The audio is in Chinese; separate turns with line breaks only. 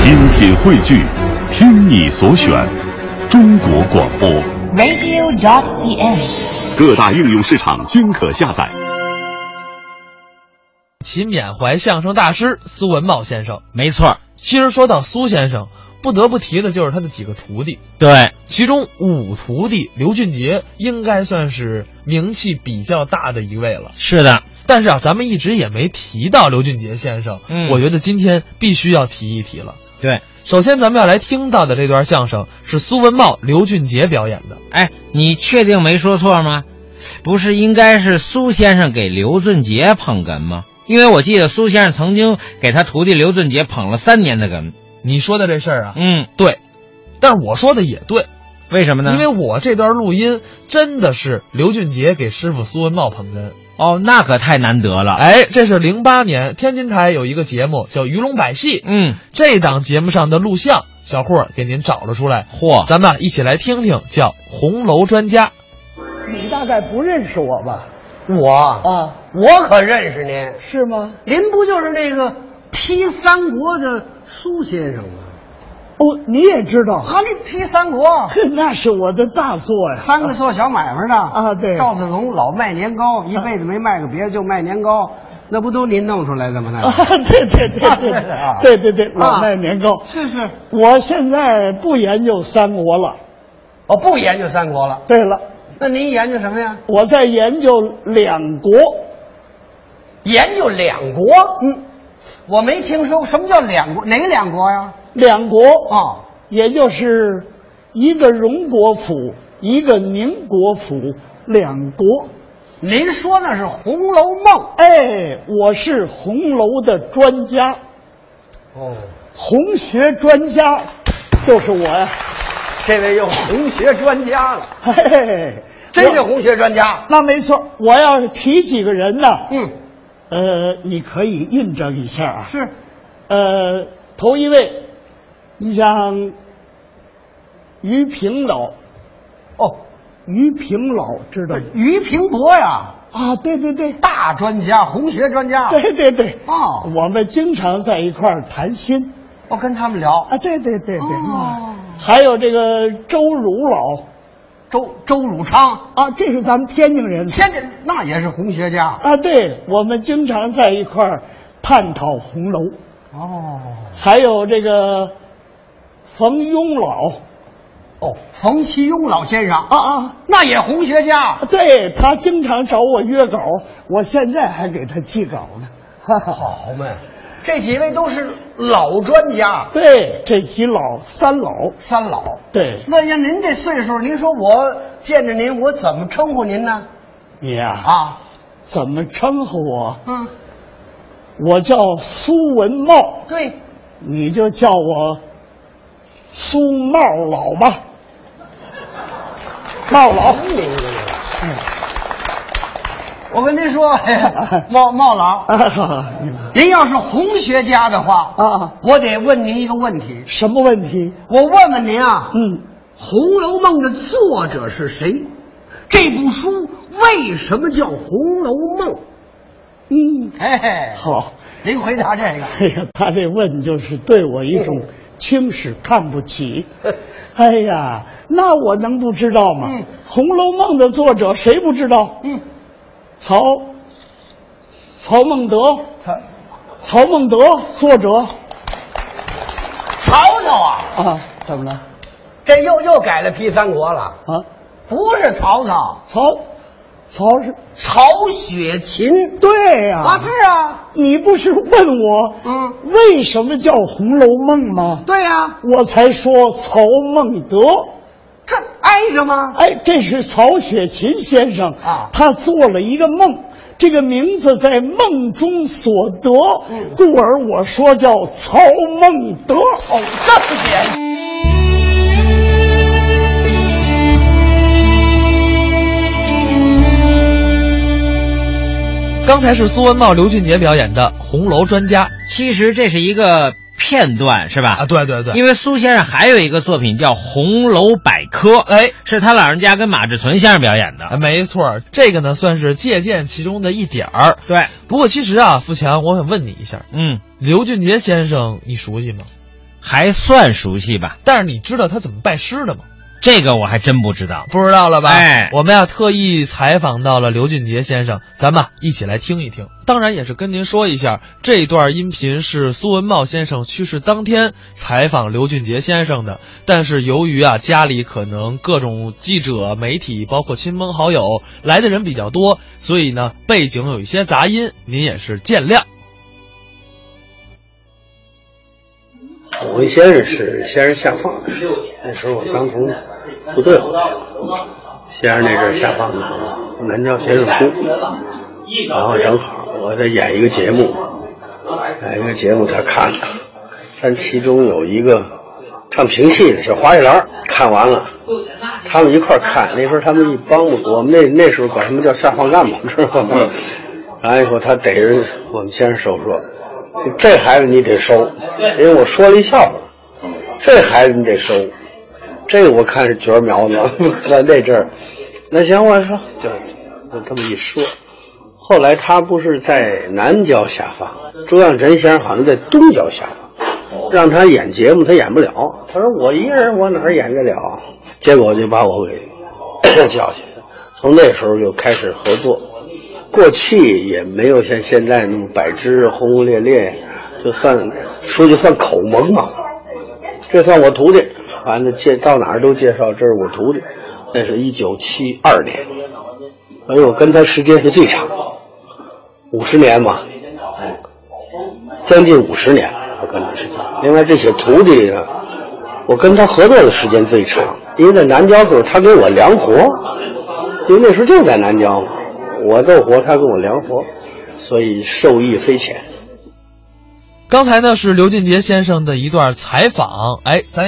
精品汇聚，听你所选，中国广播。
radio.cn。
各大应用市场均可下载。
其缅怀相声大师苏文茂先生。
没错儿，
其实说到苏先生，不得不提的就是他的几个徒弟，
对，
其中五徒弟刘俊杰应该算是名气比较大的一位了。
是的，
但是啊，咱们一直也没提到刘俊杰先生，
嗯
我觉得今天必须要提一提了。
对。
首先，咱们要来听到的这段相声是苏文茂、刘俊杰表演的。
哎，你确定没说错吗？不是应该是苏先生给刘俊杰捧哏吗？因为我记得苏先生曾经给他徒弟刘俊杰捧了三年的哏。
你说的这事儿啊，
嗯，
对，但是我说的也对，
为什么呢？
因为我这段录音真的是刘俊杰给师傅苏文茂捧哏。
哦，那可太难得了。
哎，这是零八年天津台有一个节目叫《鱼龙百戏》，
嗯，
这档节目上的录像，小霍儿给您找了出来，
嚯，
咱们啊一起来听听，叫《红楼专家》。
你大概不认识我吧？
我
啊，
我可认识您，
是吗？
您不就是那个批三国的苏先生吗？
哦，你也知道，
和您批三国，
那是我的大作呀。
三个做小买卖的
啊对
赵子龙老卖年糕，一辈子没卖过别的，就卖年糕，那不都您弄出来的吗？
啊，
那
对对对对
啊
对对对，
啊
老卖年糕。
是是，
我现在不研究三国了。
我哦不研究三国了，
对了，
那您研究什么呀？
我在研究两国。
研究两国，
嗯，
我没听说什么叫两国，哪两国呀？
两国
啊、，
也就是一个荣国府，一个宁国府，两国。
您说那是《红楼梦
哎，我是红楼的专家。》
哦。
红学专家就是我呀，
这位又红学专家了，
嘿嘿嘿，
真是
我
红学专家。
那没错。我要是提几个人呢，
嗯，
呃，你可以印证一下啊。
是
呃，头一位，你像于平老，
哦，
于平老知道
这于平伯呀，
啊？对对对，
大专家，红学专家。
对对对，
哦
我们经常在一块儿谈心
我跟他们聊
啊。对对对对，
哦
嗯还有这个周儒老
周周汝昌，
啊，这是咱们天津人。
天津那也是红学家。
啊，对，我们经常在一块儿探讨《红楼》，
哦
还有这个冯庸老
哦，冯其庸老先生啊，
啊
那也红学家
啊，。对他经常找我约稿，我现在还给他寄稿呢。哈哈，
好嘛， 这几位都是老专家，
对，这几老三老，
三老。
对
问一下您这岁数，您说我见着您，我怎么称呼您呢？
你呀、
啊，
怎么称呼我？
嗯，
我叫苏文茂，
对，
你就叫我苏茂老吧。茂老，
我跟您说，哎 呀茂茂老，
啊，好，你们
您要是红学家的话，
啊
我得问您一个问题，
什么问题？
我问问您啊，
嗯，
《红楼梦》的作者是谁？这部书为什么叫《红楼梦》？
嗯，
嘿嘿，，
好。
您回答这个，
哎呀，他这问就是对我一种轻视、看 不起。哎呀，那我能不知道吗？
嗯
红楼梦》的作者谁不知道？
嗯，
曹曹孟德，
曹
曹孟德作者
曹操啊，
啊？怎么了？
这又又改了批三国了，
啊，
不是曹操，
曹曹是
曹雪芹。
对呀、
啊，是啊，
你不是问我，
嗯
为什么叫《红楼梦》吗？
对呀、
我才说曹孟德。
这挨着吗？
哎，这是曹雪芹先生
啊
他做了一个梦，这个名字在梦中所得，
嗯
故而我说叫曹孟德。
哦，这么写。
刚才是苏文茂、刘俊杰表演的《红楼专家》
其实这是一个片段，是吧？
啊，对对对，
因为苏先生还有一个作品叫《红楼百科》，
哎，
是他老人家跟马志存先生表演
啊
的。
没错，这个呢算是借鉴其中的一点儿。
对，
不过其实啊，富强，我想问你一下，
嗯，
刘俊杰先生你熟悉吗？
还算熟悉吧。
但是你知道他怎么拜师的吗？
这个我还真不知道。
不知道了吧？
哎
我们呀特意采访到了刘俊杰先生，咱们啊一起来听一听。当然也是跟您说一下，这段音频是苏文茂先生去世当天采访刘俊杰先生的。但是由于啊家里可能各种记者、媒体，包括亲朋好友来的人比较多，所以呢背景有一些杂音，您也是见谅。
我跟先生是先生下放的，那时候我刚从部队回来，先生那阵儿下放的时候，南诏先生哭，然后正好我在演一个节目，演一个节目他看了，但其中有一个唱评戏的小花一兰儿看完了。他们一块儿看，那时候他们一帮不多，我们那那时候管他们叫下放干部，知道吗？然后以后他逮着我们先生手说：“这孩子你得收，因为我说了一笑话，这孩子你得收，这个我看是角苗呢， 在那阵儿。那行，我说就就这么一说。后来他不是在南郊下放，朱亮臣先生好像在东郊下放。”让他演节目，他演不了。他说我一个人，我哪儿演得了？结果就把我给 叫去。从那时候就开始合作，过去也没有像现在那么百枝轰轰烈烈，就算说句算口萌啊。这算我徒弟，完了介到哪儿都介绍这是我徒弟。那是一九七二年，所以我跟他时间是最长，五十年嘛。将近五十年，我跟他时间。另外这些徒弟呢，我跟他合作的时间最长，因为在南郊时候他给我量活，因为那时候就在南郊嘛，我斗活他给我量活，所以受益匪浅。
刚才呢是刘俊杰先生的一段采访，哎，咱也